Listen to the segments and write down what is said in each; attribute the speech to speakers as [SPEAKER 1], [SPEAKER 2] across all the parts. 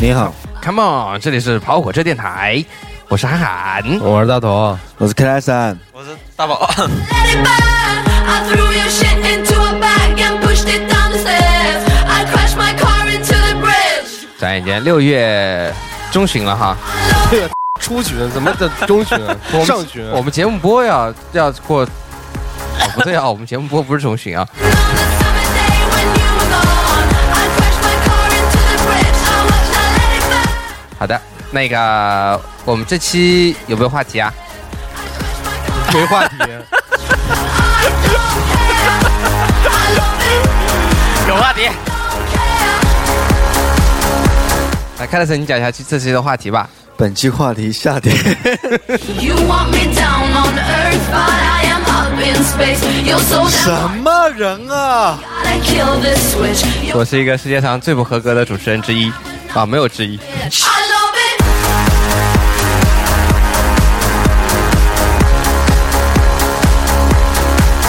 [SPEAKER 1] 你好，
[SPEAKER 2] Come on，这里是跑火车电台，我是韩寒。
[SPEAKER 3] 我是大头，
[SPEAKER 1] 我是 Clason。
[SPEAKER 4] 我是大宝，
[SPEAKER 5] Let it burn. I threw your shit into a bag and pushed it down the stairs. I crashed my car into the bridge.
[SPEAKER 2] 眨眼间六月中旬了哈，
[SPEAKER 3] 初旬怎么的中旬
[SPEAKER 2] 们
[SPEAKER 3] 上旬？
[SPEAKER 2] 我们节目播要要过，哦不对啊，我们节目播不是中 旬啊，
[SPEAKER 5] On the summer day when you were gone, I crashed my car into the bridge. I watched I let it burn.
[SPEAKER 2] 好的，那个我们这期有没有话题啊？
[SPEAKER 3] 没话 题，
[SPEAKER 4] 有话题。
[SPEAKER 2] 来，开特森，你讲一下这期的话题吧。
[SPEAKER 1] 本期话题夏 天，
[SPEAKER 5] You want me down on earth, but I am up in space. You're so
[SPEAKER 1] 什
[SPEAKER 5] damn
[SPEAKER 1] 么人啊？
[SPEAKER 5] hard, I kill this switch. You
[SPEAKER 2] 我是一个世界上最不合格的主持人之一啊，没有之一。
[SPEAKER 5] I love it.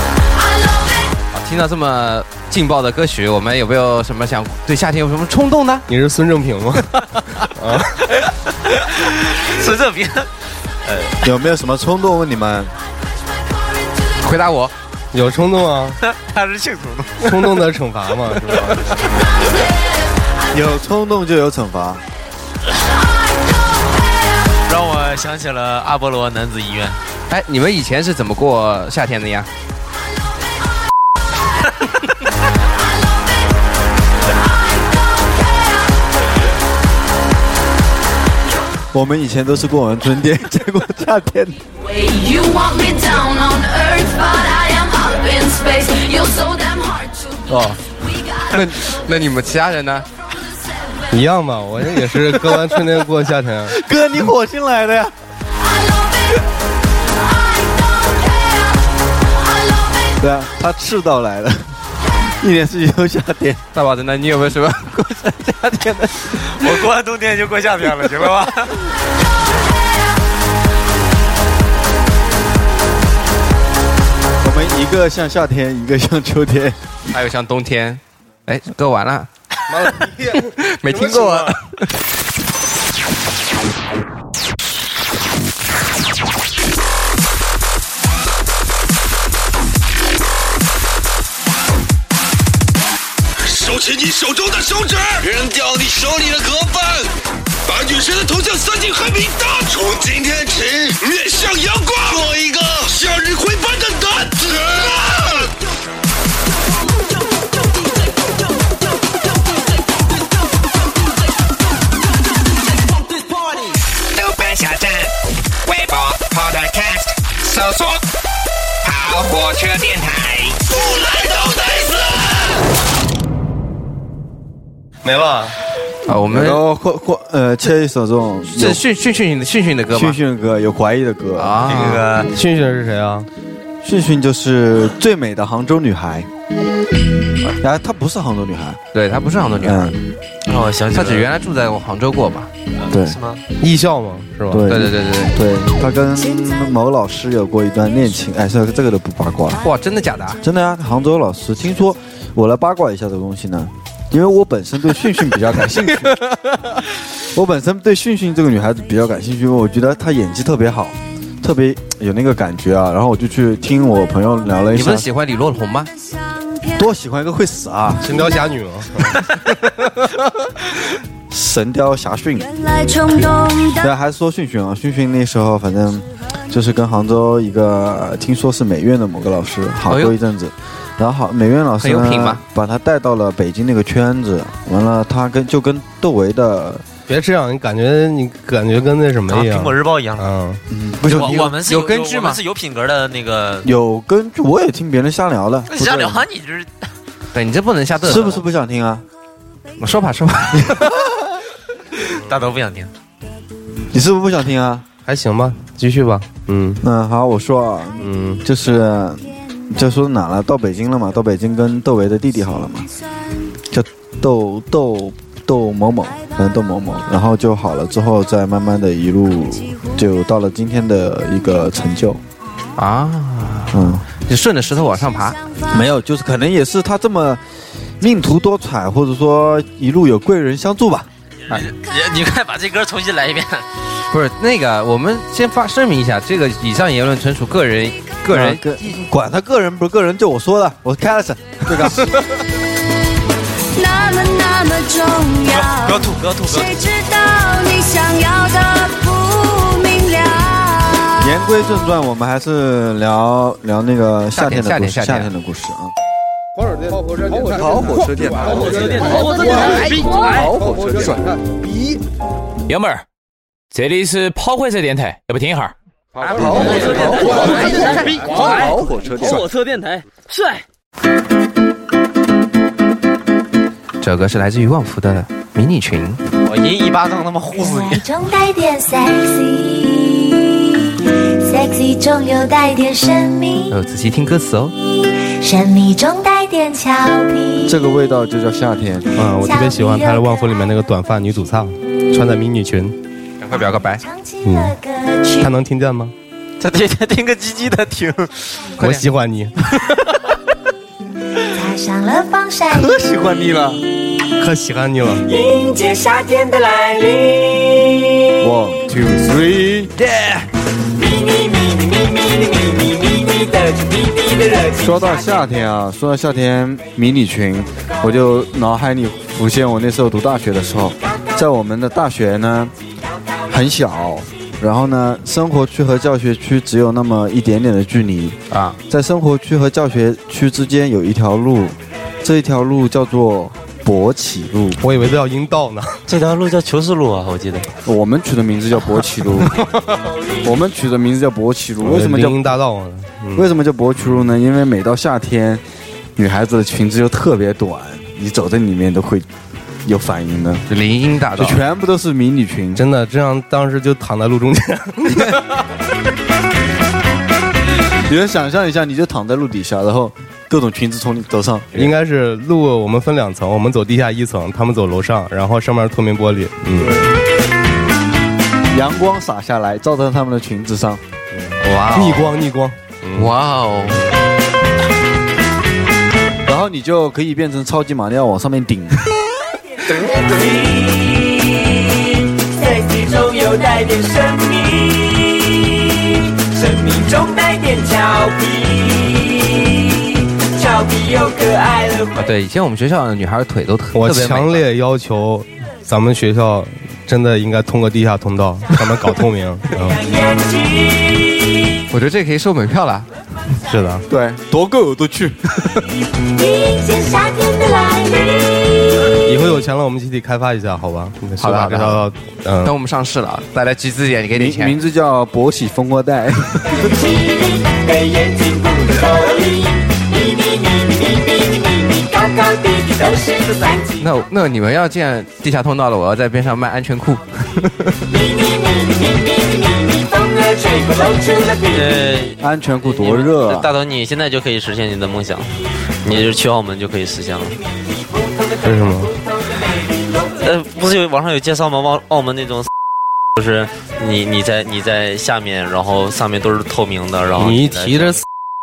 [SPEAKER 2] 啊听到这么劲爆的歌曲，我们有没有什么想对夏天有什么冲动呢？
[SPEAKER 3] 你是孙正平吗？
[SPEAKER 4] 孙正平，
[SPEAKER 1] 有没有什么冲动？问你们，
[SPEAKER 2] 回答我，
[SPEAKER 3] 有冲动啊，
[SPEAKER 4] 他是性冲动。
[SPEAKER 3] 冲动的惩罚嘛，是吧？
[SPEAKER 1] 有冲动就有惩罚。
[SPEAKER 4] 让我想起了阿波罗男子医院。
[SPEAKER 2] 哎，你们以前是怎么过夏天的呀？
[SPEAKER 1] 我们以前都是过完春天，再过夏天。
[SPEAKER 5] Wait, you want me down on earth, but I am up in space. You're so damn hard to
[SPEAKER 4] 哦
[SPEAKER 2] Oh.
[SPEAKER 5] We got
[SPEAKER 2] 那那你们其他人呢？
[SPEAKER 3] 一样吧，我也是割完春天过夏天，
[SPEAKER 1] 哥，你火星来的呀？
[SPEAKER 5] I love it. I don't care. I love it.
[SPEAKER 1] 对啊，他赤道来的， 一年四季都夏天。
[SPEAKER 2] 大宝子呢？你有没有什么过夏天的？
[SPEAKER 4] 我过完冬天就过夏天了，行了吧？
[SPEAKER 1] 我们一个像夏天，一个像秋天。
[SPEAKER 2] 还有像冬天，哎，歌完了，
[SPEAKER 3] 妈了个逼！
[SPEAKER 2] 没听过啊。
[SPEAKER 6] 收起你手中的手指，扔掉你手里的盒饭，把女神的头像塞进黑名单。从今天起，面向阳光，做一个向日葵般的男子。
[SPEAKER 7] 豆瓣小站、
[SPEAKER 2] 啊
[SPEAKER 7] 微博、Podcast，搜索“跑火车电台”。
[SPEAKER 6] 不来都得死。
[SPEAKER 3] 没了，
[SPEAKER 2] 啊，我们
[SPEAKER 1] 然后或或呃，切一首这种
[SPEAKER 2] 这
[SPEAKER 1] 有
[SPEAKER 2] 训训训你的训训的歌
[SPEAKER 1] 训
[SPEAKER 2] 吗？
[SPEAKER 1] 训的歌，有怀疑的歌。
[SPEAKER 2] 啊，
[SPEAKER 4] 个
[SPEAKER 3] 训训是谁啊？
[SPEAKER 1] 训训就是最美的杭州女孩。然后她不是杭州女孩，
[SPEAKER 2] 对，她不是杭州女孩，
[SPEAKER 1] 嗯，
[SPEAKER 4] 让我想
[SPEAKER 2] 她只原来住在我杭州过吧？
[SPEAKER 1] 对
[SPEAKER 4] 是吗？
[SPEAKER 3] 艺校嘛，是吧？
[SPEAKER 2] 对
[SPEAKER 1] 对
[SPEAKER 2] 对对对对，
[SPEAKER 1] 对，她跟某老师有过一段恋情，哎，这个这个都不八卦了，
[SPEAKER 2] 哇，真的假的啊？
[SPEAKER 1] 真的啊，杭州老师，听说我来八卦一下这个东西呢，因为我本身对训训比较感兴 趣，我本身对训训这个女孩子比较感兴趣，因为我觉得她演技特别好，特别有那个感觉啊，然后我就去听我朋友聊了一
[SPEAKER 2] 你不
[SPEAKER 1] 下
[SPEAKER 2] 是，喜欢李若彤吗？
[SPEAKER 1] 多喜欢一个会死啊，
[SPEAKER 3] 神雕侠侣嘛，
[SPEAKER 1] 《神雕侠训》。
[SPEAKER 8] 原来冲动
[SPEAKER 1] 对，还是说训训啊，训训那时候反正就是跟杭州一个听说是美院的某个老师好
[SPEAKER 2] 哎呦
[SPEAKER 1] 过一阵子，然后好美院老师
[SPEAKER 2] 很有品
[SPEAKER 1] 呢
[SPEAKER 2] 嘛
[SPEAKER 1] 把他带到了北京那个圈子，完了他跟就跟窦唯的
[SPEAKER 3] 别这样，你感觉你感觉跟那什么
[SPEAKER 4] 啊，
[SPEAKER 3] 一
[SPEAKER 4] 苹
[SPEAKER 3] 样
[SPEAKER 4] 果？日报一样。
[SPEAKER 3] 嗯，
[SPEAKER 1] 嗯不是
[SPEAKER 4] 我我们是
[SPEAKER 2] 有根据吗
[SPEAKER 4] 我们是有品格的那个。
[SPEAKER 1] 有跟我也听别人瞎聊了，不对
[SPEAKER 4] 瞎聊，你就是
[SPEAKER 2] 对你这不能瞎嘚瑟，
[SPEAKER 1] 是不是？不想听啊？
[SPEAKER 2] 我说吧说吧，
[SPEAKER 4] 大头不想听。
[SPEAKER 1] 你是不是不想听啊？
[SPEAKER 3] 还行吧，继续吧。嗯
[SPEAKER 1] 嗯，好，我说啊，
[SPEAKER 3] 嗯，
[SPEAKER 1] 就是就说哪了？到北京了嘛？到北京跟窦唯的弟弟好了嘛？叫窦窦窦某某，反正窦某某，然后就好了。之后再慢慢的一路就到了今天的一个成就。
[SPEAKER 2] 啊，
[SPEAKER 1] 嗯，
[SPEAKER 2] 你顺着石头往上爬，
[SPEAKER 1] 没有，就是可能也是他这么命途多舛，或者说一路有贵人相助吧。
[SPEAKER 2] 哎
[SPEAKER 4] 你你快把这歌重新来一遍。
[SPEAKER 2] 不是那个，我们先发声明一下，这个以上言论纯属个人个人
[SPEAKER 1] 啊管他个人不是个人，就我说的，我开了是这个。
[SPEAKER 5] 那么那么重要。
[SPEAKER 4] 不要吐，不要吐，不要吐。
[SPEAKER 5] 谁知道你想要的不明了？
[SPEAKER 1] 言归正传，我们还是聊聊那个夏天的
[SPEAKER 2] 夏
[SPEAKER 1] 故
[SPEAKER 2] 天
[SPEAKER 1] 事，夏
[SPEAKER 2] 夏天夏天
[SPEAKER 1] 天的故事啊。
[SPEAKER 8] 跑火车电台，跑火车转
[SPEAKER 9] 幺妹儿，这里是跑火车电台，要不听一哈儿？
[SPEAKER 8] 跑火车电台，
[SPEAKER 2] 这首歌是来自于旺福的迷你裙。
[SPEAKER 4] 我一一巴掌他妈呼死你！
[SPEAKER 10] 中带点 sexy，sexy 中又带点神秘，
[SPEAKER 2] 呃，仔细听歌词哦。
[SPEAKER 10] 神秘中带点俏皮。
[SPEAKER 1] 这个味道就叫夏天。
[SPEAKER 3] 嗯，我特别喜欢她的《旺夫》里面那个短发女主唱，穿着迷你裙，
[SPEAKER 2] 赶快表个白，
[SPEAKER 10] 唱起了歌曲
[SPEAKER 3] 她，能听见吗？
[SPEAKER 4] 他天天听个唧唧的听，
[SPEAKER 3] 我喜欢你，
[SPEAKER 10] 踏上了防晒衣，
[SPEAKER 4] 喜欢你了。
[SPEAKER 3] 可喜欢你了。
[SPEAKER 10] 迎接夏天的来临。
[SPEAKER 1] One two three，说到夏天啊，说到夏天迷你裙，我就脑海里浮现我那时候读大学的时候，在我们的大学呢很小，然后呢生活区和教学区只有那么一点点的距离
[SPEAKER 2] 啊，
[SPEAKER 1] 在生活区和教学区之间有一条路，这一条路叫做勃起路，
[SPEAKER 3] 我以为都要阴道呢。
[SPEAKER 4] 这条路叫求是路啊，我记得。
[SPEAKER 1] 我们取的名字叫勃起 路，我们取的名字叫勃起路，为什么叫嗯
[SPEAKER 3] 林荫大道啊？
[SPEAKER 1] 为什么叫薄荚路呢？因为每到夏天，女孩子的裙子又特别短，你走在里面都会有反应的，啊
[SPEAKER 2] 林荫大
[SPEAKER 1] 就
[SPEAKER 2] 道。
[SPEAKER 1] 全部都是迷你裙。
[SPEAKER 3] 真的，这样当时就躺在路中间。
[SPEAKER 1] 你能想象一下，你就躺在路底下，然后各种裙子从你头上，
[SPEAKER 3] 应该是路，我们分两层，我们走地下一层，他们走楼上，然后上面是透明玻璃。嗯，
[SPEAKER 1] 阳光洒下来，照在她们的裙子上。
[SPEAKER 2] 哇
[SPEAKER 3] 逆
[SPEAKER 2] 哦，
[SPEAKER 3] 光逆光，
[SPEAKER 2] 哇哦，
[SPEAKER 1] 然后你就可以变成超级马里奥往上面顶。
[SPEAKER 2] 啊对，以前我们学校的女孩腿都特
[SPEAKER 3] 我
[SPEAKER 2] 特别美
[SPEAKER 3] 强烈要求咱们学校真的应该通过地下通 道，咱们搞透明。嗯，
[SPEAKER 2] 我觉得这可以收门票了。
[SPEAKER 3] 是的，
[SPEAKER 1] 对，多够我都去。
[SPEAKER 10] 迎接夏天的来临。
[SPEAKER 3] 以后有钱了，我们集体开发一下，好吧？
[SPEAKER 2] 好的好的
[SPEAKER 3] 的，
[SPEAKER 2] 等
[SPEAKER 3] 嗯，
[SPEAKER 2] 我们上市了，大家集资点，你给点
[SPEAKER 1] 名
[SPEAKER 2] 钱。
[SPEAKER 1] 名字叫勃起蜂窝袋。
[SPEAKER 2] 那那你们要建地下通道了，我要在边上卖安全裤。
[SPEAKER 4] 呃，
[SPEAKER 1] 安全裤多热啊！
[SPEAKER 4] 大头，你现在就可以实现你的梦想，你就是去澳门就可以实现了。
[SPEAKER 3] 为什么？
[SPEAKER 4] 呃，不是有网上有介绍吗？澳澳门那种，就是你你在你在下面，然后上面都是透明的，然后
[SPEAKER 3] 你一
[SPEAKER 4] 在
[SPEAKER 3] 提这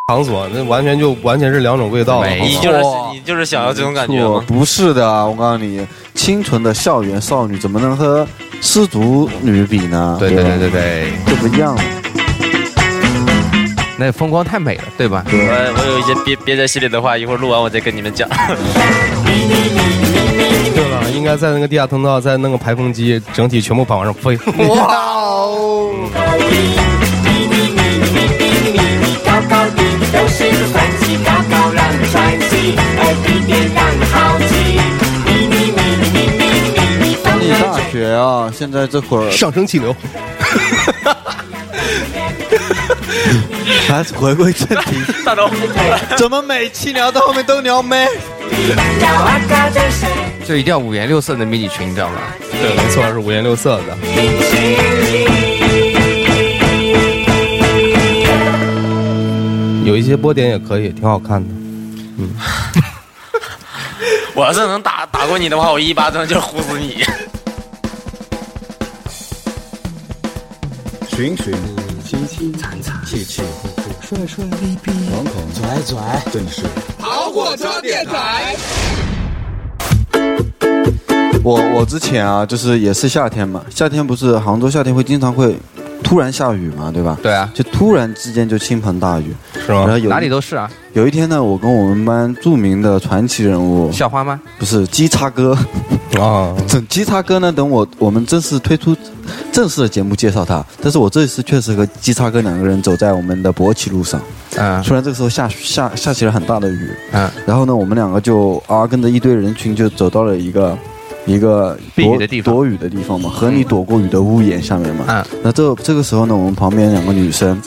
[SPEAKER 3] 场所，那完全就完全是两种味道了。
[SPEAKER 2] 没
[SPEAKER 3] 好
[SPEAKER 4] 你
[SPEAKER 3] 吧
[SPEAKER 4] 就是
[SPEAKER 2] 哇
[SPEAKER 4] 你就是想要这种感觉
[SPEAKER 1] 错
[SPEAKER 4] 吗？
[SPEAKER 1] 不是的，我告诉你，清纯的校园少女怎么能和失足女比呢？
[SPEAKER 2] 对对
[SPEAKER 1] 吧
[SPEAKER 2] 对对，对，
[SPEAKER 1] 就不一样了。
[SPEAKER 2] 那风光太美了，对吧？
[SPEAKER 4] 我哎我有一些憋憋在心里的话，一会儿录完我再跟你们讲。
[SPEAKER 3] 对了，应该在那个地下通道，在那个排风机，整体全部往 上飞。
[SPEAKER 1] 你大学啊，现在这会儿
[SPEAKER 3] 上升气流，
[SPEAKER 1] 还是回归正题。大头，怎么每期聊到后面都聊妹？
[SPEAKER 2] 就一定要五颜六色的迷你裙，你知道吗？
[SPEAKER 3] 对，没错，是五颜六色的。有一些波点也可以，挺好看的。
[SPEAKER 4] 我要是能打打过你的话，我一巴掌就呼死你。
[SPEAKER 8] 寻寻，凄凄惨惨，气气呼呼，顺顺利利，惶恐拽拽，正是
[SPEAKER 1] 我 我我之前啊，就是也是夏天嘛，夏天不是杭州夏天会经常会突然下雨嘛，对吧？
[SPEAKER 2] 对啊，
[SPEAKER 1] 就突然之间就倾盆大雨，
[SPEAKER 3] 是吗
[SPEAKER 1] 然后有
[SPEAKER 2] 哪里都是啊。
[SPEAKER 1] 有一天呢，我跟我们班著名的传奇人物
[SPEAKER 2] 小花吗？
[SPEAKER 1] 不是鸡叉哥，
[SPEAKER 2] 嗯
[SPEAKER 3] 啊，
[SPEAKER 1] 整鸡叉哥呢，等我我们正式推出正式的节目介绍他，但是我这次确实和鸡叉哥两个人走在我们的勃起路上，
[SPEAKER 2] 嗯
[SPEAKER 1] 突然这个时候下下下起了很大的雨，
[SPEAKER 2] 嗯，
[SPEAKER 1] 然后呢，我们两个就啊跟着一堆人群就走到了一个一个
[SPEAKER 2] 避雨
[SPEAKER 1] 躲
[SPEAKER 2] 的地方
[SPEAKER 1] 躲雨的地方嘛，和你躲过雨的屋檐下面嘛。
[SPEAKER 2] 嗯
[SPEAKER 1] 那这这个时候呢，我们旁边两个女生，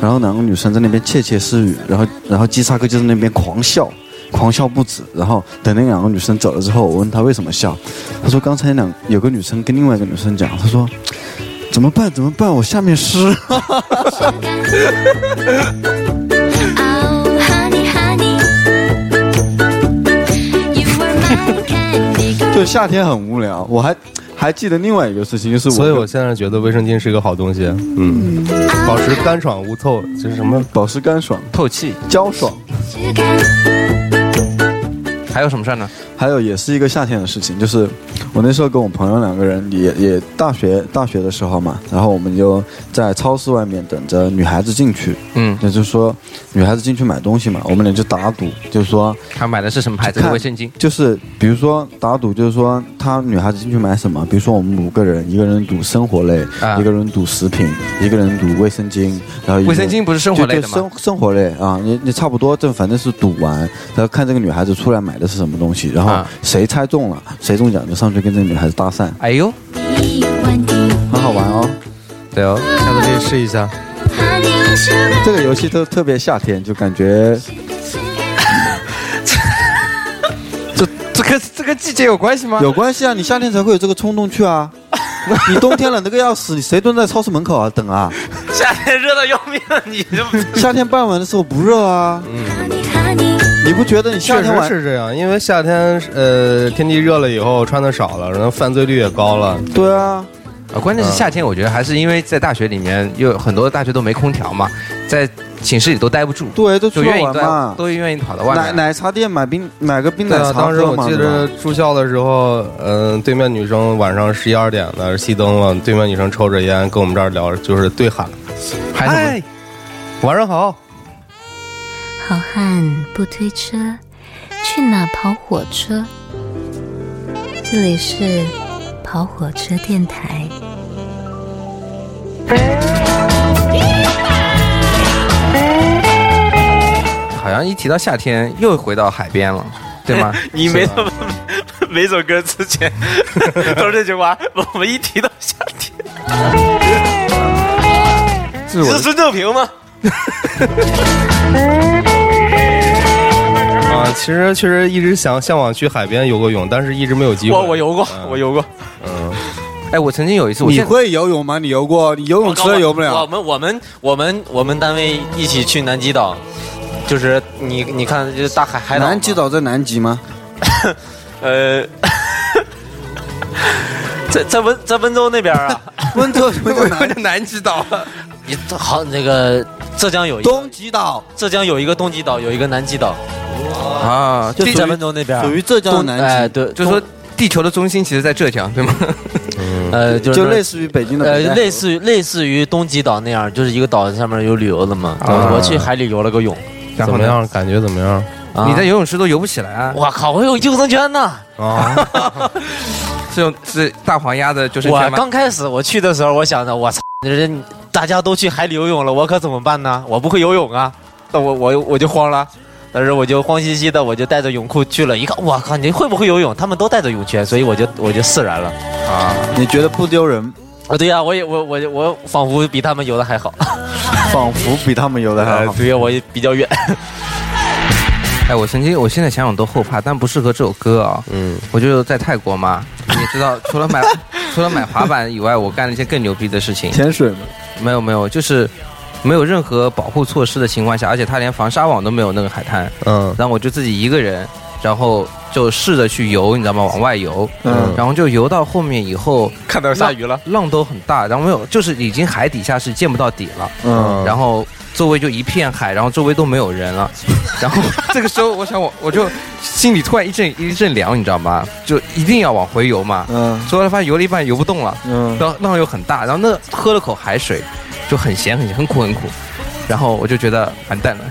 [SPEAKER 1] 然后两个女生在那边窃窃私语，然后然后基叉哥就在那边狂笑。狂笑不止，然后等那两个女生走了之后，我问他为什么笑，他说刚才两有个女生跟另外一个女生讲，他说怎么办怎么办，我下面湿了。
[SPEAKER 10] Oh, honey, honey. You were my candy.
[SPEAKER 1] 就夏天很无聊，我还还记得另外一个事情，就是我
[SPEAKER 3] 所以我现在觉得卫生巾是一个好东西，嗯，保持干爽无臭，这是什么？
[SPEAKER 1] 保湿干爽、
[SPEAKER 2] 透气。
[SPEAKER 1] 娇爽，
[SPEAKER 2] 还有什么事儿呢？
[SPEAKER 1] 还有也是一个夏天的事情，就是我那时候跟我朋友两个人也也大学大学的时候嘛，然后我们就在超市外面等着女孩子进去，
[SPEAKER 2] 嗯，
[SPEAKER 1] 也就是说女孩子进去买东西嘛，我们俩就打赌，就是说
[SPEAKER 2] 他买的是什么牌子的
[SPEAKER 1] 看
[SPEAKER 2] 卫生巾？
[SPEAKER 1] 就是比如说打赌，就是说她女孩子进去买什么，比如说我们五个人，一个人赌生活类，
[SPEAKER 2] 啊
[SPEAKER 1] 一个人赌食品，一个人赌卫生巾，然后一个人
[SPEAKER 2] 卫生巾不是生活类的
[SPEAKER 1] 就就
[SPEAKER 2] 吗？
[SPEAKER 1] 生生活类啊，你你差不多，这反正是赌完，然后看这个女孩子出来买的是什么东西，然后
[SPEAKER 2] 啊
[SPEAKER 1] 谁猜中了，谁中奖就上去跟这个女孩子搭讪，
[SPEAKER 2] 哎呦，
[SPEAKER 1] 很好玩哦。
[SPEAKER 2] 对哦，
[SPEAKER 3] 下次可以试一下。
[SPEAKER 10] Honey, sugar.
[SPEAKER 1] 这个游戏特特别夏天，就感觉
[SPEAKER 2] 这这跟这跟季节有关系吗？
[SPEAKER 1] 有关系啊，你夏天才会有这个冲动去啊。你冬天冷的个要死，你谁蹲在超市门口啊等啊？
[SPEAKER 4] 夏天哎热的要命，啊你这
[SPEAKER 1] 夏天傍晚的时候不热啊，
[SPEAKER 10] Honey, honey.
[SPEAKER 1] 你不觉得你夏
[SPEAKER 3] 确
[SPEAKER 1] 天
[SPEAKER 3] 实
[SPEAKER 1] 晚
[SPEAKER 3] 是这样，因为夏天呃天气热了以后穿的少了，然后犯罪率也高了。
[SPEAKER 1] 对啊？
[SPEAKER 2] 呃，关
[SPEAKER 3] 嗯
[SPEAKER 2] 键是夏天，我觉得还是因为在大学里面，有很多大学都没空调嘛，在寝室里都待不住，
[SPEAKER 1] 对，啊都出
[SPEAKER 2] 就愿
[SPEAKER 1] 来
[SPEAKER 2] 意
[SPEAKER 1] 玩
[SPEAKER 2] 都
[SPEAKER 1] 嘛。
[SPEAKER 2] 都愿意跑到
[SPEAKER 1] 奶
[SPEAKER 2] 外面。
[SPEAKER 1] 奶茶店买冰买个冰
[SPEAKER 3] 对
[SPEAKER 1] 奶
[SPEAKER 3] 啊，
[SPEAKER 1] 茶
[SPEAKER 3] 当时
[SPEAKER 1] 喝
[SPEAKER 3] 我
[SPEAKER 1] 嘛。
[SPEAKER 3] 记
[SPEAKER 1] 对吧
[SPEAKER 3] 得住校的时候，嗯、对面女生晚上十一二点了，熄灯了，对面女生抽着烟跟我们这儿聊，就是对喊，
[SPEAKER 2] 还怎么？，
[SPEAKER 3] 晚上好，
[SPEAKER 10] 好汉不推车，去哪跑火车？这里是跑火车电台。
[SPEAKER 2] 好像一提到夏天，又回到海边 了，对吗？
[SPEAKER 4] 你每首 每首歌之前 都是这句话，我们一提到夏天，
[SPEAKER 2] 这是我
[SPEAKER 4] 是孙正平吗？
[SPEAKER 3] 啊，其实确实一直想向往去海边游个泳，但是一直没有机会。
[SPEAKER 4] 我我游过，我游过。
[SPEAKER 2] 哎，我曾经有一次，我
[SPEAKER 1] 你
[SPEAKER 2] 现
[SPEAKER 1] 会游泳吗？你游过？你游泳池游不
[SPEAKER 4] 我
[SPEAKER 1] 了。
[SPEAKER 4] 们我们我们我们单位一起去南极岛，就是你你看就是大海海岛嘛。
[SPEAKER 1] 南极岛在南极吗？
[SPEAKER 4] 呃， 在在温在温州那边啊，
[SPEAKER 1] 温州温州
[SPEAKER 2] 在南极岛了，
[SPEAKER 4] 你好那个浙江有一
[SPEAKER 1] 东极岛
[SPEAKER 4] 浙江有一个东极岛，有一个南极岛，
[SPEAKER 2] 啊，
[SPEAKER 1] 就
[SPEAKER 2] 地
[SPEAKER 1] 属于
[SPEAKER 4] 在温州那边
[SPEAKER 1] 属于浙江的
[SPEAKER 4] 东
[SPEAKER 1] 南
[SPEAKER 4] 哎 对，
[SPEAKER 2] 就是说地球的中心其实在浙江，对吗？
[SPEAKER 4] 东呃
[SPEAKER 1] 极，
[SPEAKER 4] 就是
[SPEAKER 1] 就
[SPEAKER 4] 那
[SPEAKER 1] 类似于北京的
[SPEAKER 4] 呃
[SPEAKER 1] 北戴河
[SPEAKER 4] 类似于类似于东极岛那样，就是一个岛上面有旅游的嘛。
[SPEAKER 2] 啊
[SPEAKER 4] 我去海里游了个泳，
[SPEAKER 3] 怎么样？感觉怎么样？
[SPEAKER 4] 啊
[SPEAKER 2] 你在游泳池都游不起来啊！
[SPEAKER 4] 我靠，我有救生圈呢！
[SPEAKER 3] 啊，
[SPEAKER 2] 是用是大黄鸭的救生
[SPEAKER 4] 我
[SPEAKER 2] 圈吗？
[SPEAKER 4] 刚开始我去的时候，我想着我操， 人家大家都去海里游泳了，我可怎么办呢？我不会游泳啊，那我我我就慌了。但是我就慌兮兮的，我就带着泳裤去了，一看，我靠，你会不会游泳？他们都带着泳圈，所以我就我就释然了。
[SPEAKER 1] 你觉得不丢人，
[SPEAKER 4] 啊，对呀、我也我我我仿佛比他们游的还好。
[SPEAKER 1] 仿佛比他们游的还
[SPEAKER 4] 呃
[SPEAKER 1] 好。
[SPEAKER 4] 对呀，我也比较 远。
[SPEAKER 2] 哎，我曾经，我现在想想都后怕，但不适合这首歌啊、
[SPEAKER 3] 嗯，
[SPEAKER 2] 我就在泰国嘛，你也知道，除了买 除了买滑板以外，我干了一件更牛逼的事情。
[SPEAKER 1] 潜水嘛，
[SPEAKER 2] 没有没有，就是没有任何保护措施的情况下，而且他连防沙网都没有那个海滩，
[SPEAKER 3] 嗯，
[SPEAKER 2] 然后我就自己一个人然后就试着去游，你知道吗？往外游，
[SPEAKER 4] 嗯
[SPEAKER 2] 然后就游到后面以后，看
[SPEAKER 4] 到鲨鱼
[SPEAKER 2] 了，浪都很大，然后没有，就是已经海底下是见不到底了，
[SPEAKER 4] 嗯
[SPEAKER 2] 然后周围就一片海，然后周围都没有人了， 然后这个时候我想我我就心里突然一阵一阵凉，你知道吗？就一定要往回游嘛，
[SPEAKER 1] 嗯，
[SPEAKER 2] 所以发现游了一半游不动了，
[SPEAKER 1] 嗯，
[SPEAKER 2] 然后浪又很大，然后那喝了口海水，就很咸很咸很苦很苦，然后我就觉得完蛋了。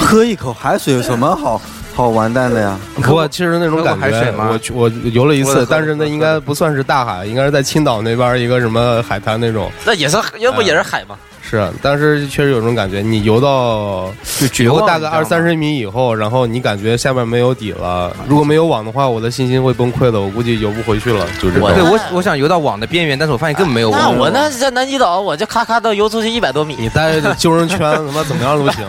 [SPEAKER 1] 喝一口海水有什么好好完蛋的呀？
[SPEAKER 3] 我其实那种感
[SPEAKER 1] 喝过海水
[SPEAKER 3] 觉
[SPEAKER 1] 吗，
[SPEAKER 3] 我去我游了一
[SPEAKER 1] 我的
[SPEAKER 3] 次，但是那应该不算是大海，应该是在青岛那边一个什么海滩那种。
[SPEAKER 4] 那也是，要不也是海嘛？
[SPEAKER 3] 是，啊但是确实有种感觉，你游到
[SPEAKER 2] 就
[SPEAKER 4] 绝望
[SPEAKER 3] 游大概
[SPEAKER 4] 你知道
[SPEAKER 3] 二
[SPEAKER 4] 吗
[SPEAKER 3] 三十米以后，然后你感觉下面没有底了，如果没有网的话，我的信心会崩溃的，我估计游不回去了，就这种。
[SPEAKER 2] 对我我想游到网的边缘，但是我发现根本没有网。
[SPEAKER 4] 那我那在南极岛，我就咔咔的游出去一百多米。
[SPEAKER 3] 你待救生圈他妈怎么样都行。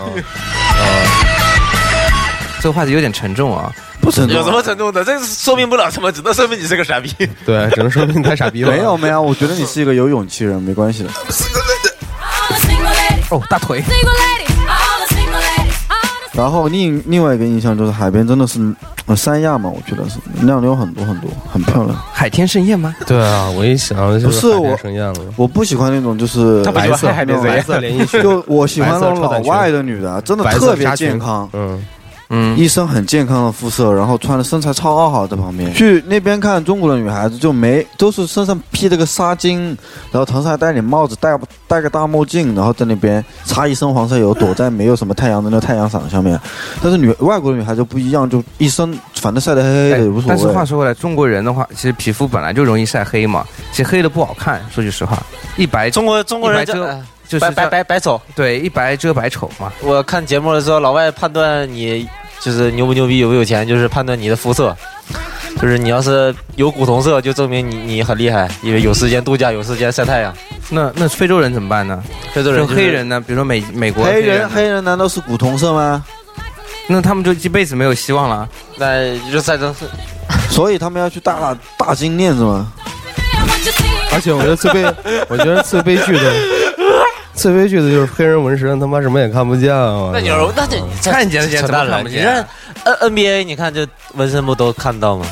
[SPEAKER 2] 这个话题有点沉重啊，
[SPEAKER 1] 不
[SPEAKER 2] 沉重啊
[SPEAKER 4] 有什么沉重的？这说明不了什么，只能说明你是个傻逼。
[SPEAKER 3] 对，只能说明你太傻逼了。
[SPEAKER 1] 没有没有，我觉得你是一个有勇气的人，没关系的。
[SPEAKER 2] 哦，大 腿。
[SPEAKER 1] 然后另另外一个印象就是海边真的是呃三亚嘛，我觉得是亮流很多很多，很漂亮。
[SPEAKER 2] 海天盛宴吗？
[SPEAKER 3] 对啊，我一想就
[SPEAKER 1] 不是
[SPEAKER 3] 海
[SPEAKER 1] 我
[SPEAKER 3] 天盛宴了。
[SPEAKER 1] 我不喜欢那种就是
[SPEAKER 3] 他不喜欢海
[SPEAKER 1] 那
[SPEAKER 3] 边
[SPEAKER 1] 种
[SPEAKER 3] 白色连衣裙
[SPEAKER 1] 就我喜欢那种
[SPEAKER 3] 白色超
[SPEAKER 1] 老
[SPEAKER 3] 短裙
[SPEAKER 1] 外的女的，真的
[SPEAKER 3] 白色
[SPEAKER 1] 特别
[SPEAKER 3] 纱裙
[SPEAKER 1] 健康，
[SPEAKER 3] 嗯
[SPEAKER 2] 嗯，
[SPEAKER 1] 一身很健康的肤色，然后穿的身材超好，在旁边
[SPEAKER 3] 嗯
[SPEAKER 1] 去那边看中国的女孩子就没都是身上披了个纱巾，然后头上还戴顶帽子，戴戴个大墨镜，然后在那边擦一身黄色油，躲在没有什么太阳的那太阳伞下面。但是女外国的女孩就不一样，就一身反正晒得黑
[SPEAKER 3] 哎
[SPEAKER 1] 黑的也无所
[SPEAKER 2] 哎但是话
[SPEAKER 1] 谓。
[SPEAKER 2] 说回来，中国人的话，其实皮肤本来就容易晒黑嘛，其实黑的不好看。说句实话，一白
[SPEAKER 4] 中国中国人
[SPEAKER 2] 一白
[SPEAKER 4] 就
[SPEAKER 2] 遮
[SPEAKER 4] 哎
[SPEAKER 2] 就是
[SPEAKER 4] 白白白白丑。
[SPEAKER 2] 对，一白遮百丑嘛。
[SPEAKER 4] 我看节目的时候，老外判断你就是牛不牛逼、有不有钱，就是判断你的肤色。就是你要是有古铜色，就证明你你很厉害，因为有时间度假，有时间晒太阳。
[SPEAKER 2] 那那非洲人怎么办呢？
[SPEAKER 4] 非洲人
[SPEAKER 2] 就
[SPEAKER 4] 就是
[SPEAKER 2] 黑人呢，比如说美美国
[SPEAKER 1] 黑
[SPEAKER 2] 人
[SPEAKER 1] 人
[SPEAKER 2] 呢，
[SPEAKER 1] 黑人难道是古铜色吗？
[SPEAKER 2] 那他们就一辈子没有希望了。啊
[SPEAKER 4] 那就晒成
[SPEAKER 1] 所以他们要去大大大金链子吗？
[SPEAKER 3] 而且我觉得最悲，我觉得最悲剧的，最悲剧的就是黑人纹身，他妈什么也看不见啊！
[SPEAKER 4] 那你说，那这
[SPEAKER 2] 看见了见
[SPEAKER 4] 扯淡
[SPEAKER 2] 怎么看
[SPEAKER 4] 了。
[SPEAKER 2] 不
[SPEAKER 4] 你
[SPEAKER 2] 见
[SPEAKER 4] 看 N NBA，你看这纹身不都看到吗？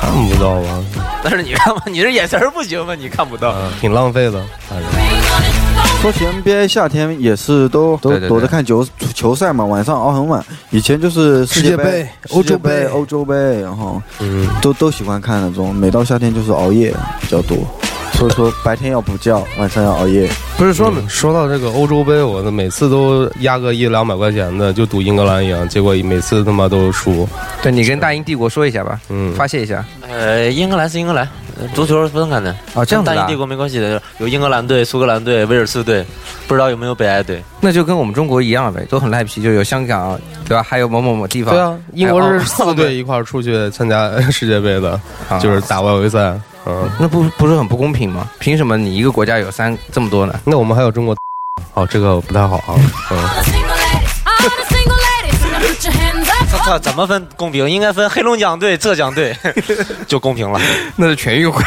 [SPEAKER 3] 看不到啊，
[SPEAKER 4] 但是你看吧，你这眼神儿不行吗？你看不到。
[SPEAKER 3] 挺浪费的。反正
[SPEAKER 1] 说起 NBA，夏天也是都都
[SPEAKER 2] 对对
[SPEAKER 1] 躲着看球球赛嘛，晚上熬很晚。以前就是世界杯、
[SPEAKER 3] 世界杯欧洲
[SPEAKER 1] 世界杯、
[SPEAKER 3] 杯
[SPEAKER 1] 欧洲杯，然后
[SPEAKER 3] 嗯，
[SPEAKER 1] 都都喜欢看那种。每到夏天就是熬夜比较多，所以说白天要补觉，晚上要熬夜。
[SPEAKER 2] 不是说
[SPEAKER 3] 嗯说到这个欧洲杯，我每次都压个一两百块钱的，就赌英格兰赢，结果每次他妈都输。
[SPEAKER 2] 对你跟大英帝国说一下吧，
[SPEAKER 3] 嗯，
[SPEAKER 2] 发泄一下。
[SPEAKER 4] 呃，英格兰是英格兰，呃足球不能看的。
[SPEAKER 2] 哦这样子的啊
[SPEAKER 4] 跟大英帝国没关系的，有英格兰队、苏格兰队、威尔士队，不知道有没有北爱队。
[SPEAKER 2] 那就跟我们中国一样呗，都很赖皮，就有香港，对吧？还有某某某地方。
[SPEAKER 3] 对啊，英国
[SPEAKER 2] 还有
[SPEAKER 3] 是
[SPEAKER 2] 澳
[SPEAKER 3] 四队一块儿出去参加 世界杯的，
[SPEAKER 2] 哦啊
[SPEAKER 3] 就是打外围赛。嗯，
[SPEAKER 2] 那不不是很不公平吗？凭什么你一个国家有三这么多呢？
[SPEAKER 3] 那我们还有中国， 哦，这个不太好啊。嗯，
[SPEAKER 4] 这这怎么分公平？应该分黑龙江队、浙 江队就公平了。
[SPEAKER 2] 那是全运会。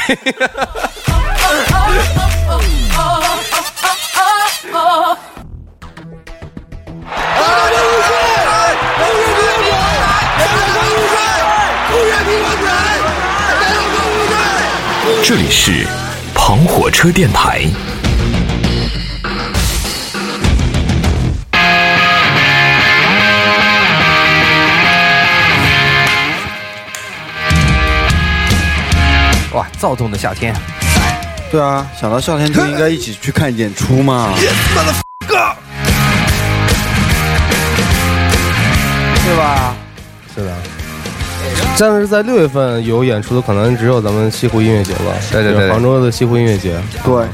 [SPEAKER 11] 这里是跑火车电台。
[SPEAKER 2] 哇，躁动的夏天，
[SPEAKER 1] 对啊，想到夏天就应该一起去看演出嘛。
[SPEAKER 2] 对吧？
[SPEAKER 3] 是的。但是在六月份有演出的，可能只有咱们西湖音乐节了。
[SPEAKER 2] 对对对
[SPEAKER 3] 就是杭州的西湖音乐节。
[SPEAKER 1] 对，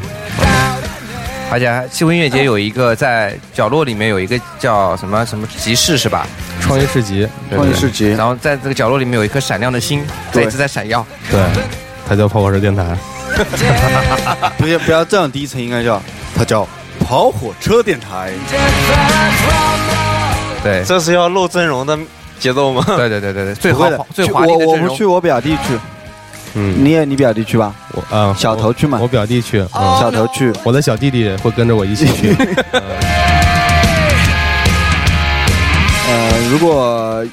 [SPEAKER 2] 而且还西湖音乐节有一个在角落里面有一个叫什么什么集市是吧？
[SPEAKER 3] 创业市集，
[SPEAKER 2] 对
[SPEAKER 1] 创业市集
[SPEAKER 2] 然后在这个角落里面有一颗闪亮的心，在
[SPEAKER 1] 对
[SPEAKER 2] 一直在闪耀。
[SPEAKER 3] 对，它叫跑火车电台。
[SPEAKER 1] 不要不要这样低沉，应该叫它叫跑火车电台。
[SPEAKER 2] 对，
[SPEAKER 4] 这是要露真容的节奏吗？
[SPEAKER 2] 对对对对对，最
[SPEAKER 1] 不会
[SPEAKER 2] 豪
[SPEAKER 1] 的，
[SPEAKER 2] 最
[SPEAKER 1] 去
[SPEAKER 2] 华丽
[SPEAKER 1] 我
[SPEAKER 2] 的
[SPEAKER 1] 我
[SPEAKER 2] 阵
[SPEAKER 1] 不
[SPEAKER 2] 容
[SPEAKER 1] 去，。我表弟去。
[SPEAKER 3] 嗯，
[SPEAKER 1] 你也你表弟去吧，
[SPEAKER 3] 我啊，
[SPEAKER 1] 小头去嘛
[SPEAKER 3] 我表弟去。
[SPEAKER 2] 哦
[SPEAKER 3] 嗯，
[SPEAKER 1] 小头去。
[SPEAKER 3] 我的小弟弟会跟着我一起去。
[SPEAKER 1] 呃，如果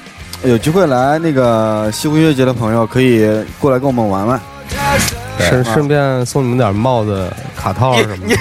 [SPEAKER 1] 有机会来那个西湖音乐节的朋友，可以过来跟我们玩玩。
[SPEAKER 3] 顺顺便送你们点帽子、卡套什么的。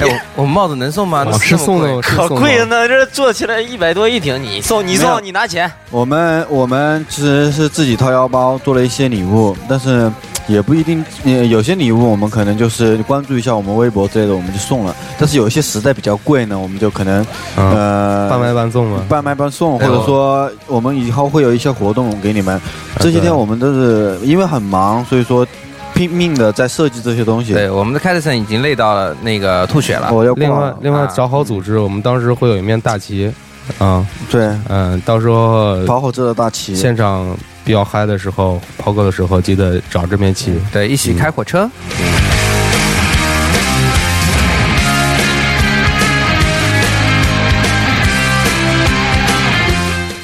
[SPEAKER 2] 哎，我我帽子啊能送吗？
[SPEAKER 3] 我是送的，我是
[SPEAKER 4] 可
[SPEAKER 3] 送的
[SPEAKER 4] 贵了呢，这做起来一百多一顶，你送你
[SPEAKER 1] 没有
[SPEAKER 4] 送你拿钱，
[SPEAKER 1] 我们我们其实是自己掏腰包做了一些礼物，但是也不一定，呃有些礼物我们可能就是关注一下我们微博之类的，我们就送了。但是有一些实在比较贵呢，我们就可能、
[SPEAKER 3] 嗯
[SPEAKER 1] 呃
[SPEAKER 3] 半啊卖半送嘛。
[SPEAKER 1] 半卖半送，或
[SPEAKER 3] 哎啊
[SPEAKER 1] 者
[SPEAKER 3] 我
[SPEAKER 1] 说我们以后会有一些活动给你们。这些天我们都是因为很忙，所以说拼命的在设计这些东西。
[SPEAKER 2] 对，我们的凯特森已经累到了那个吐血了。
[SPEAKER 1] 我要
[SPEAKER 3] 另
[SPEAKER 1] 挂
[SPEAKER 3] 外啊
[SPEAKER 1] 了，
[SPEAKER 3] 另外找好组织，我们当时会有一面大旗，啊，
[SPEAKER 1] 对，
[SPEAKER 3] 嗯，到时
[SPEAKER 4] 呃
[SPEAKER 3] 候
[SPEAKER 1] 跑火车的大旗，
[SPEAKER 3] 现场比较嗨的时候，抛歌的时候，记得找这面旗。
[SPEAKER 2] 对，一起开火车。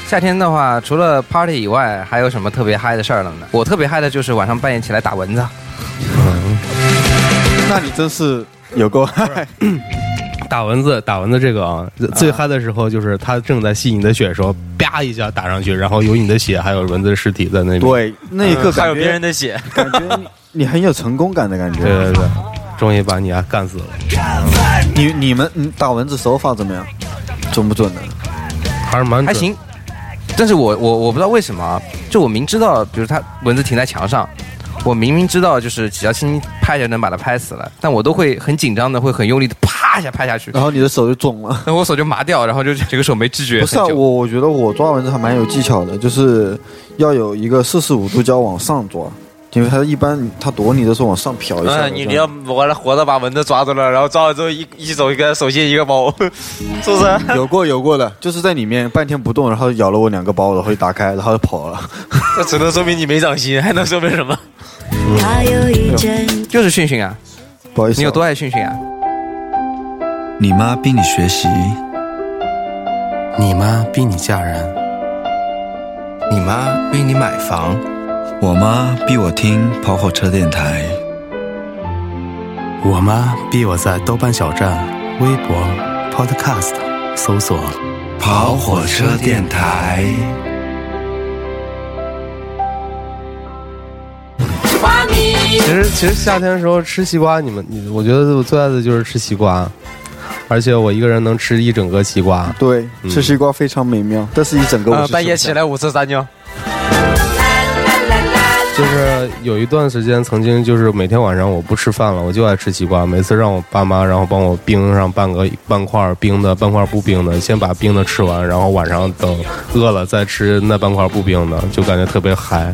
[SPEAKER 2] 夏天的话，除了 party 以外，还有什么特别嗨的事儿了呢？我特别嗨的就是晚上半夜起来打蚊子。
[SPEAKER 1] 那你真是有够 嗨！
[SPEAKER 3] 打蚊子，打蚊子这个啊，最嗨的时候就是它正在吸你的血的时候，啪一下打上去，然后有你的血，还有蚊子的尸体在那边。
[SPEAKER 1] 对，那一刻
[SPEAKER 4] 啊还
[SPEAKER 1] 嗯
[SPEAKER 4] 有
[SPEAKER 1] 感
[SPEAKER 4] 别人
[SPEAKER 1] 觉
[SPEAKER 4] 的血，
[SPEAKER 1] 感觉你你很有成功感的感觉。
[SPEAKER 3] 对对对，终于把你啊干死了，
[SPEAKER 1] 你你们你打蚊子手法怎么样？准不准呢？
[SPEAKER 3] 还是蛮
[SPEAKER 1] 嗯
[SPEAKER 3] 准
[SPEAKER 2] 还。行。但是我我我不知道为什么啊，就我明知道，比如它蚊子停在墙上，我明明知道就是只要轻轻拍就能把它拍死了，但我都会很紧张的，会很用力的啪一下拍下去，
[SPEAKER 1] 然后你的手就肿了。
[SPEAKER 2] 那我手就麻掉，然后就整个手没知
[SPEAKER 1] 嗯
[SPEAKER 2] 觉。
[SPEAKER 1] 不是啊，
[SPEAKER 2] 很久
[SPEAKER 1] 我我觉得我抓蚊子还蛮有技巧的，就是要有一个四十五度角往上抓，因为它一般它躲你的时候往上瞟一下的。
[SPEAKER 4] 嗯，你
[SPEAKER 1] 这
[SPEAKER 4] 你
[SPEAKER 1] 样
[SPEAKER 4] 要完了活的把蚊子抓住了，然后抓了之后一一手一个手心一个包， 是不是？
[SPEAKER 1] 有过有过的，就是在里面半天不动，然后咬了我两个包，然后一打开，然后就跑了。
[SPEAKER 4] 这只能说明你没长心，还能说明什么？
[SPEAKER 10] 他有一阵
[SPEAKER 2] 就是训训啊，
[SPEAKER 1] 不好意思啊，
[SPEAKER 2] 你有多爱训训啊？
[SPEAKER 12] 你妈逼你学习，
[SPEAKER 13] 你妈逼你嫁人，你妈逼你买房，
[SPEAKER 12] 我妈逼我听跑火车电台，
[SPEAKER 13] 我妈逼我在豆瓣小站、微博、Podcast 搜索“
[SPEAKER 12] 跑火车电台”。
[SPEAKER 3] 其实其实夏天的时候吃西瓜，你们你我觉得我最爱的就是吃西瓜，而且我一个人能吃一整个西瓜。
[SPEAKER 1] 对，吃西瓜非常美妙，但是一整个我
[SPEAKER 4] 嗯，
[SPEAKER 1] 是
[SPEAKER 4] 半夜
[SPEAKER 1] 吃
[SPEAKER 4] 起来五次撒尿，
[SPEAKER 3] 就是有一段时间，曾经就是每天晚上我不吃饭了，我就爱吃西瓜。每次让我爸妈，然后帮我冰上半个半块儿冰的，半块儿不冰的，先把冰的吃完，然后晚上等饿了再吃那半块儿不冰的，就感觉特别 嗨，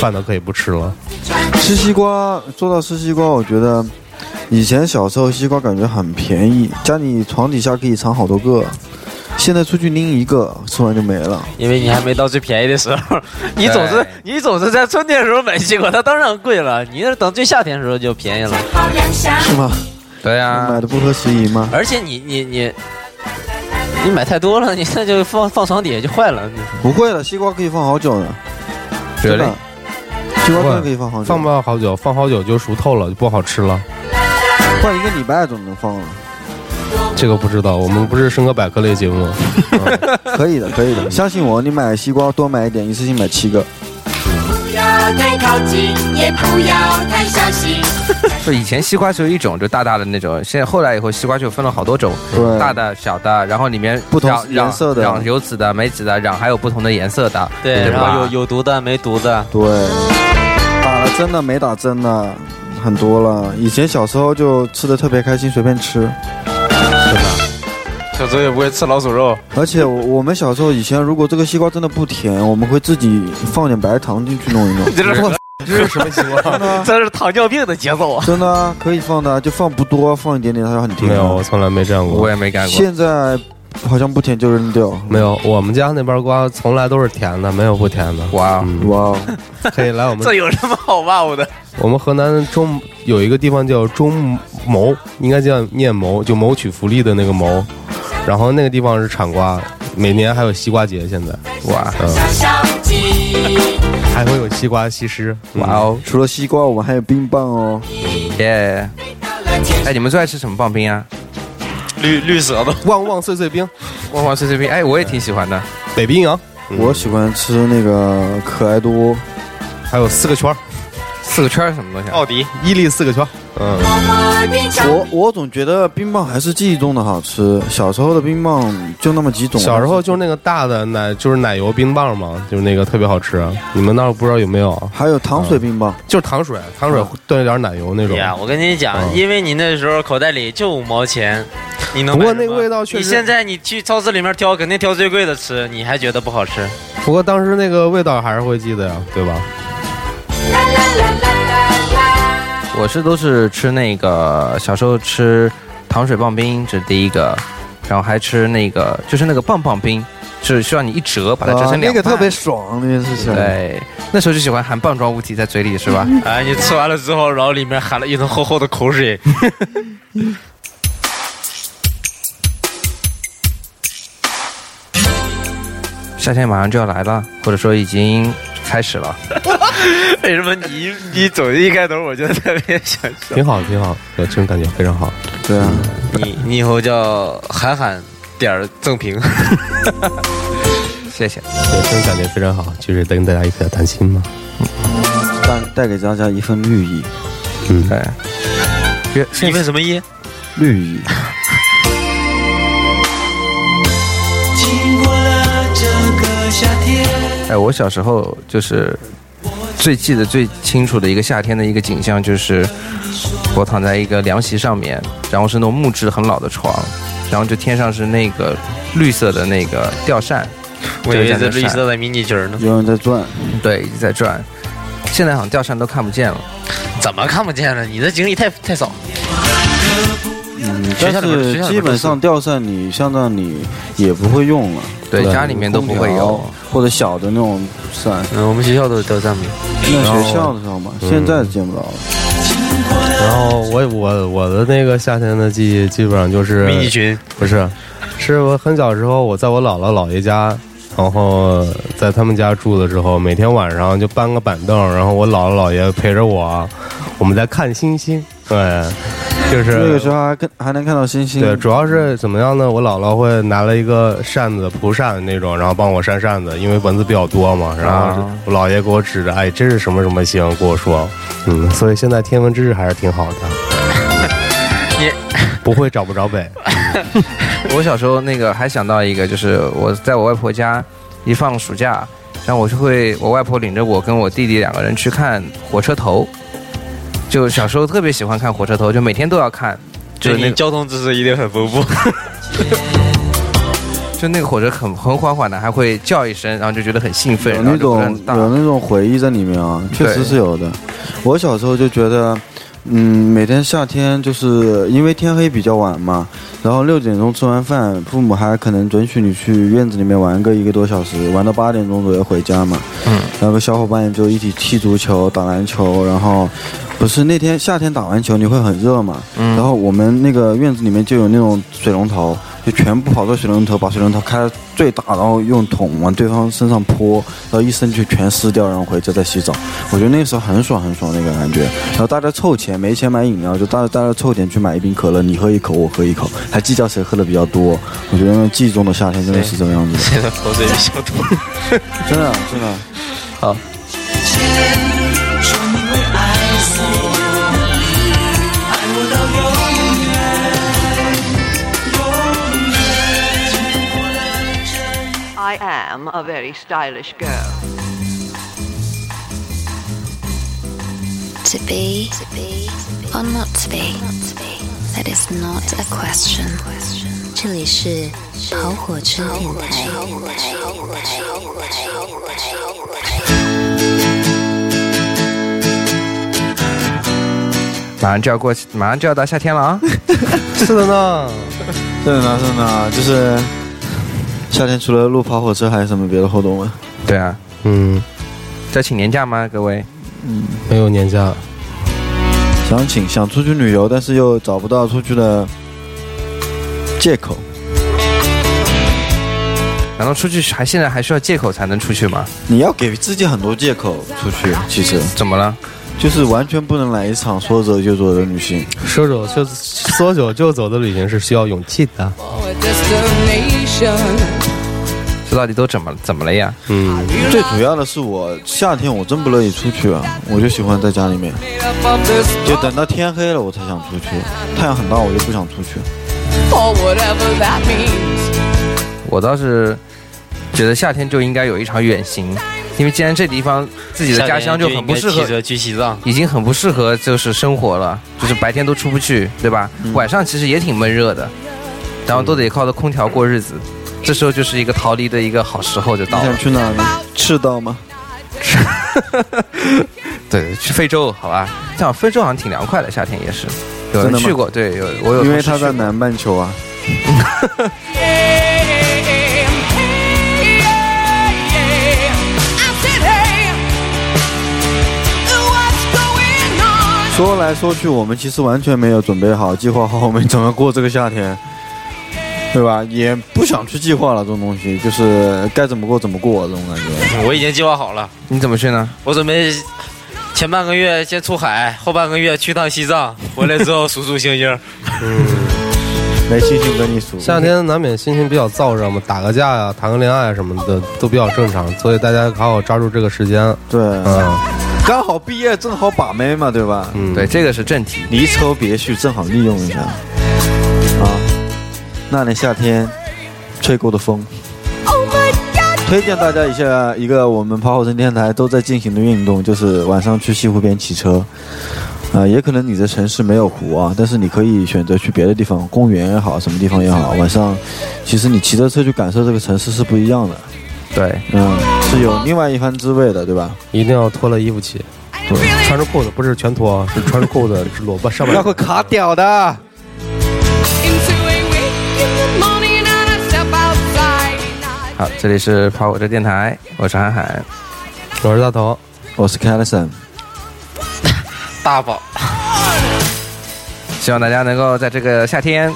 [SPEAKER 3] 饭都可以不吃了。
[SPEAKER 1] 不下吃西瓜。说到吃西瓜，我觉得以前小时候西瓜感觉很便宜，家里床底下可以藏好多个，现在出去拎一个，吃完就没了。
[SPEAKER 4] 因为你还没到最便宜的时候，你总是你总是在春天的时候买西瓜，它当然贵了。你是等最夏天的时候就便宜了，
[SPEAKER 1] 是吗？
[SPEAKER 2] 对啊呀、
[SPEAKER 1] 买的不合时宜吗？
[SPEAKER 4] 而且你你你你买太多了，你 那就放放床底下就坏了。
[SPEAKER 1] 不会的，西瓜可以放好久呢。
[SPEAKER 3] 对
[SPEAKER 1] 真的，西瓜真的可以放好久，
[SPEAKER 3] 放不了好久，放好久就熟透了，就不好吃了。
[SPEAKER 1] 放一个礼拜总能放了。
[SPEAKER 3] 这个不知道，我们不是生哥百科类节目。
[SPEAKER 1] 可以的，可以的，相信我，你买西瓜多买一点，一次性买七个。
[SPEAKER 5] 不要太靠近，也不要太小心。
[SPEAKER 2] 就以前西瓜只有一种，就大大的那种，现在后来以后西瓜就分了好多种，
[SPEAKER 1] 对
[SPEAKER 2] 大的、小的，然后里面
[SPEAKER 1] 不同
[SPEAKER 2] 瓤瓤
[SPEAKER 1] 颜色的
[SPEAKER 2] 瓤有籽的、没籽的，瓤还有不同的颜色的，吧
[SPEAKER 4] 对，然后有有毒的没毒的，
[SPEAKER 1] 对，打了针的没打针的很多了，以前小时候就吃的特别开心，随便吃。
[SPEAKER 4] 小时候也不会吃老鼠肉。
[SPEAKER 1] 而且我我们小时候以前，如果这个西瓜真的不甜，我们会自己放点白糖进去弄一弄。
[SPEAKER 4] 你这是
[SPEAKER 1] 哇
[SPEAKER 3] 这 是什么情况？
[SPEAKER 4] 这是糖尿病的节奏啊！
[SPEAKER 1] 真的啊可以放的，就放不多，放一点点，它就很甜。
[SPEAKER 3] 没有，我从来没这样过。
[SPEAKER 2] 我也没干过。
[SPEAKER 1] 现在好像不甜就扔掉。
[SPEAKER 3] 没有，我们家那边瓜从来都是甜的，没有不甜的。
[SPEAKER 2] 哇哦，
[SPEAKER 3] 嗯，
[SPEAKER 1] 哇哦，
[SPEAKER 3] 可以来我们
[SPEAKER 4] 这有什么好哇哦的？
[SPEAKER 3] 我们河南中有一个地方叫中牟，应该叫念牟，就谋取福利的那个牟。然后那个地方是产瓜，每年还有西瓜节，现在
[SPEAKER 2] 哇，
[SPEAKER 3] 嗯，
[SPEAKER 5] 小鸡，
[SPEAKER 3] 还会有西瓜西施。嗯
[SPEAKER 2] 哇哦，
[SPEAKER 1] 除了西瓜，我们还有冰棒哦。
[SPEAKER 2] 耶！哎，你们最爱吃什么棒冰啊？
[SPEAKER 4] 绿绿舌头，
[SPEAKER 3] 旺旺碎碎冰，
[SPEAKER 2] 旺旺碎碎冰，哎，我也挺喜欢的。
[SPEAKER 3] 北冰洋，
[SPEAKER 1] 我喜欢吃那个可爱多，
[SPEAKER 3] 还有四个圈
[SPEAKER 2] 四个圈儿什么东西？啊
[SPEAKER 3] 奥迪伊利四个圈嗯，
[SPEAKER 1] 我我总觉得冰棒还是记忆中的好吃，小时候的冰棒就那么几种。啊
[SPEAKER 3] 小时候就是那个大的奶，就是奶油冰棒嘛，就是那个特别好吃。啊你们那儿不知道有没有？啊
[SPEAKER 1] 还有糖
[SPEAKER 3] 嗯
[SPEAKER 1] 水冰棒，
[SPEAKER 3] 就是糖水，糖水兑一点奶油那种。
[SPEAKER 4] 哎呀，我跟你讲，因为你那时候口袋里就五毛钱，你能
[SPEAKER 3] 不过
[SPEAKER 4] 买什么
[SPEAKER 3] 那味道确实
[SPEAKER 4] 你现在你去超市里面挑，肯定挑最贵的吃，你还觉得不好吃？
[SPEAKER 3] 不过当时那个味道还是会记得呀，对吧？
[SPEAKER 2] 我是都是吃那个小时候吃糖水棒冰，这是第一个，然后还吃那个就是那个棒棒冰，是需要你一折把它折
[SPEAKER 1] 啊
[SPEAKER 2] 成
[SPEAKER 1] 那
[SPEAKER 2] 两、
[SPEAKER 1] 个特别。爽，那件事情。
[SPEAKER 2] 对，那时候就喜欢含棒状物体在嘴里，是吧？
[SPEAKER 1] 嗯
[SPEAKER 4] 哎，你吃完了之后，然后里面含了一层厚厚的口水。
[SPEAKER 2] 夏天马上就要来了，或者说已经开始了。
[SPEAKER 4] 为什么你一你总一开头我就特别想笑？
[SPEAKER 3] 挺好，挺好，对，这种感觉非常好。
[SPEAKER 1] 对啊，
[SPEAKER 3] 嗯
[SPEAKER 4] 你你以后叫韩寒点儿赠评。
[SPEAKER 2] 谢谢。
[SPEAKER 3] 对，这种感觉非常好，就是跟大家一起来谈心嘛。
[SPEAKER 1] 带带给大家一份绿意。
[SPEAKER 3] 嗯，
[SPEAKER 2] 对。
[SPEAKER 4] 你问什么一？
[SPEAKER 1] 绿意。
[SPEAKER 7] 经过了这个夏天，
[SPEAKER 2] 哎，我小时候就是最记得最清楚的一个夏天的一个景象，就是我躺在一个凉席上面，然后是那种木质很老的床，然后就天上是那个绿色的那个吊扇，
[SPEAKER 4] 我以为
[SPEAKER 2] 这
[SPEAKER 4] 是绿色的迷你裙呢。
[SPEAKER 1] 有人在转，
[SPEAKER 2] 对，一直在转。现在好像吊扇都看不见了，
[SPEAKER 4] 怎么看不见了？你的经历太太少。
[SPEAKER 1] 嗯，
[SPEAKER 4] 学
[SPEAKER 1] 但
[SPEAKER 4] 校里面学
[SPEAKER 1] 是
[SPEAKER 4] 校里面
[SPEAKER 1] 基
[SPEAKER 4] 都
[SPEAKER 1] 本
[SPEAKER 4] 是
[SPEAKER 1] 上吊扇你像那你也不会用了，
[SPEAKER 2] 对家里面都不会有
[SPEAKER 1] 空调或者小的那种伞。
[SPEAKER 4] 嗯，我们学校都有吊扇没？
[SPEAKER 1] 那学校的时候嘛，现在见不到了。
[SPEAKER 3] 然后我我我的那个夏天的记忆基本上就是
[SPEAKER 4] 迷你裙，
[SPEAKER 3] 不是，是我很小时候我在我姥姥姥爷家，然后在他们家住的时候，每天晚上就搬个板凳，然后我姥姥姥爷陪着我，我们在看星星，对，就是
[SPEAKER 1] 那个时候还跟还能看到星星。
[SPEAKER 3] 嗯对，主要是怎么样呢？我姥姥会拿了一个扇子，蒲扇那种，然后帮我扇扇子，因为蚊子比较多嘛。然后
[SPEAKER 2] 啊
[SPEAKER 3] 我姥爷给我指着，哎，这是什么什么星，跟我说，嗯，所以现在天文知识还是挺 好的，
[SPEAKER 4] 你
[SPEAKER 3] 不会找不着 北。
[SPEAKER 2] 我小时候那个还想到一个，就是我在我外婆家一放暑假，然后我就会我外婆领着我跟我弟弟两个人去看火车头，就小时候特别喜欢看火车头，就每天都要看，就
[SPEAKER 4] 呃就是
[SPEAKER 2] 那
[SPEAKER 4] 你
[SPEAKER 2] 个
[SPEAKER 4] 交通知识一定很丰 富。
[SPEAKER 2] 就那个火车很很缓缓的，还会叫一声，然后就觉得很兴奋，
[SPEAKER 1] 有
[SPEAKER 2] 然后
[SPEAKER 1] 那
[SPEAKER 2] 就不让
[SPEAKER 1] 种
[SPEAKER 2] 大。
[SPEAKER 1] 有那种回忆在里面啊，
[SPEAKER 2] 对
[SPEAKER 1] 确实是有的。我小时候就觉得，嗯，每天夏天就是因为天黑比较晚嘛，然后六点钟吃完饭，父母还可能准许你去院子里面玩个一个多小时，玩到八点钟左右回家嘛。
[SPEAKER 2] 嗯，
[SPEAKER 1] 然后小伙伴就一起踢足球、打篮球，然后不是那天夏天打完球你会很热嘛，
[SPEAKER 2] 嗯
[SPEAKER 1] 然后我们那个院子里面就有那种水龙头，就全部跑到水龙头，把水龙头开到最大，然后用桶往对方身上泼，然后一身就全湿掉，然后回家再洗澡。我觉得那时候很爽很爽那个感觉。然后大家凑钱，没钱买饮料，就大家大家凑钱去买一瓶可乐，你喝一口，我喝一口，还计较谁喝的比较多。我觉得那记忆中的夏天真的是这个样子的，
[SPEAKER 4] 现在口水也消 毒。
[SPEAKER 1] 真的真的。
[SPEAKER 2] 好，
[SPEAKER 14] I am a very stylish girl.
[SPEAKER 10] To be, or not to be, that is not a question. 这里是跑火车电台。
[SPEAKER 2] 马上就要过，马上就要到夏天了啊！
[SPEAKER 3] 是的呢，
[SPEAKER 1] 真的呢真的呢，就是夏天除了路跑火车，还有什么别的活动吗？
[SPEAKER 2] 对啊，
[SPEAKER 3] 嗯，
[SPEAKER 2] 要请年假吗？各位，
[SPEAKER 3] 没有年假，
[SPEAKER 1] 想请想出去旅游，但是又找不到出去的借口。
[SPEAKER 2] 难道出去还现在还需要借口才能出去吗？
[SPEAKER 1] 你要给自己很多借口出去，其实
[SPEAKER 2] 怎么了？
[SPEAKER 1] 就是完全不能来一场说走就走的旅行。
[SPEAKER 3] 说走就说走就走的旅行是需要勇气的。
[SPEAKER 2] 这到底都怎么怎么了呀？
[SPEAKER 3] 嗯，
[SPEAKER 1] 最主要的是我夏天我真不乐意出去啊，我就喜欢在家里面，就等到天黑了我才想出去，太阳很大我就不想出去。
[SPEAKER 15] Or whatever that means.
[SPEAKER 2] 我倒是觉得夏天就应该有一场远行，因为既然这地方自己的家乡就很不适
[SPEAKER 4] 夏天就
[SPEAKER 2] 合
[SPEAKER 4] 应该骑车去西藏。
[SPEAKER 2] 已经很不适合就是生活了，就是白天都出不去，对吧？
[SPEAKER 1] 嗯
[SPEAKER 2] 晚上其实也挺闷热的，然后都得靠着空调过日子。这时候就是一个逃离的一个好时候就到
[SPEAKER 1] 你
[SPEAKER 2] 了
[SPEAKER 1] 想。去哪呢？赤道吗？
[SPEAKER 2] 对，去非洲好吧？像非洲好像挺凉快的，夏天也是。
[SPEAKER 1] 真
[SPEAKER 2] 有人
[SPEAKER 1] 的吗
[SPEAKER 2] 去过，对，有我有同事去过。
[SPEAKER 1] 因为他在南半球啊。说来说去，我们其实完全没有准备好、计划好我们怎么过这个夏天，对吧？也不想去计划了，这种东西就是该怎么过怎么过，这种感觉。
[SPEAKER 4] 我已经计划好了，
[SPEAKER 2] 你怎么去呢？
[SPEAKER 4] 我准备前半个月先出海，后半个月去趟西藏，回来之后数数星星。
[SPEAKER 1] 没星星跟你数。
[SPEAKER 3] 夏天难免心情比较燥热嘛，打个架呀、谈个恋爱啊什么的都比较正常，所以大家好好抓住这个时间。
[SPEAKER 1] 对，
[SPEAKER 3] 嗯，
[SPEAKER 1] 刚好毕业，正好把妹嘛，对吧？
[SPEAKER 3] 嗯
[SPEAKER 2] 对，这个是正题。
[SPEAKER 1] 离愁别绪正好利用一下。啊，那年夏天吹过的风。推荐大家一下一个我们跑火车电台都在进行的运动，就是晚上去西湖边骑车。啊、也可能你的城市没有湖啊，但是你可以选择去别的地方，公园也好，什么地方也好，晚上，其实你骑着车去感受这个城市是不一样的。
[SPEAKER 2] 对，
[SPEAKER 1] 嗯，是有另外一番滋味的，对吧？
[SPEAKER 3] 一定要脱了衣服骑，对，穿着裤子不是全脱啊， 是穿着裤子是裸奔上半身。
[SPEAKER 1] 会卡屌的。
[SPEAKER 2] 好，这里是跑火车电台，我是韩寒，
[SPEAKER 3] 我是大头，
[SPEAKER 1] 我是 Callison。
[SPEAKER 4] 大宝，
[SPEAKER 2] 希望大家能够在这个夏天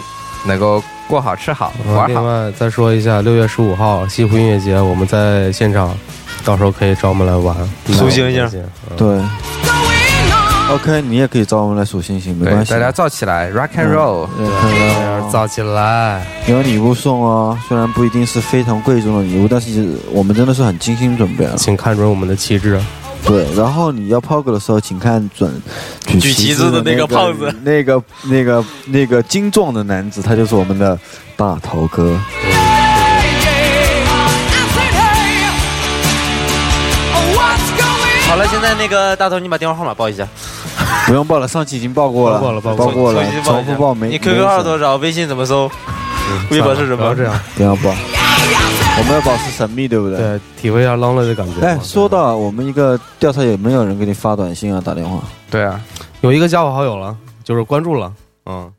[SPEAKER 2] 能够过好吃好
[SPEAKER 3] 啊，
[SPEAKER 2] 玩
[SPEAKER 3] 另
[SPEAKER 2] 好。
[SPEAKER 3] 外再说一下，六月十五号西湖音乐节，我们在现场，到时候可以找我们来玩。
[SPEAKER 4] 数星星
[SPEAKER 1] 对。OK，你也可以找我们来数星星，没
[SPEAKER 2] 对
[SPEAKER 1] 关，系。
[SPEAKER 2] 大家燥起来，rock and roll，
[SPEAKER 1] 嗯
[SPEAKER 3] 燥起来，
[SPEAKER 1] 有礼物送哦，虽然不一定是非常贵重的礼物，但是我们真的是很精心准 备了。啊
[SPEAKER 3] 请看准我们的旗帜。
[SPEAKER 1] 对，然后你要抛狗的时候，请看准举
[SPEAKER 4] 举旗子的那
[SPEAKER 1] 那
[SPEAKER 4] 个胖子
[SPEAKER 1] 那个那个那个精壮的男子，他就是我们的大头哥。
[SPEAKER 4] 好了，现在那个大头，你把电话号码报一下。
[SPEAKER 1] 不用报了，上期已经报过了，
[SPEAKER 3] 报过了报
[SPEAKER 1] 报
[SPEAKER 3] 过了
[SPEAKER 1] 过了
[SPEAKER 4] 重新，报
[SPEAKER 1] 重
[SPEAKER 4] 一
[SPEAKER 1] 复
[SPEAKER 4] 下
[SPEAKER 1] 报没？
[SPEAKER 4] 你
[SPEAKER 1] 没
[SPEAKER 4] QQ 号
[SPEAKER 1] 什么
[SPEAKER 4] 多少？微信怎么搜？
[SPEAKER 3] 嗯
[SPEAKER 4] 微博是什
[SPEAKER 3] 不要
[SPEAKER 4] 么？
[SPEAKER 3] 这样，
[SPEAKER 1] 不要报，我们要保持神秘，对不对？
[SPEAKER 3] 对，体会一下浪乐的感觉。
[SPEAKER 1] 哎，说到我们一个调查，有没有人给你发短信啊、打电话？
[SPEAKER 2] 对啊，
[SPEAKER 3] 有一个加我好友了，就是关注了，嗯，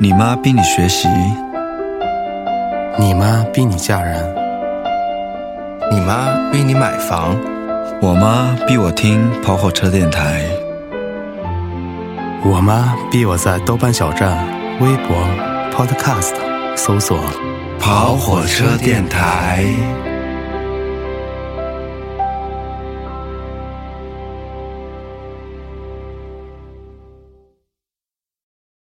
[SPEAKER 12] 你妈逼你学习，
[SPEAKER 13] 你妈逼你嫁人，你妈逼你买房，
[SPEAKER 12] 我妈啊逼我听跑火车电台，
[SPEAKER 13] 我妈逼我在豆瓣小站、微博、Podcast 搜索
[SPEAKER 12] 跑火车电台。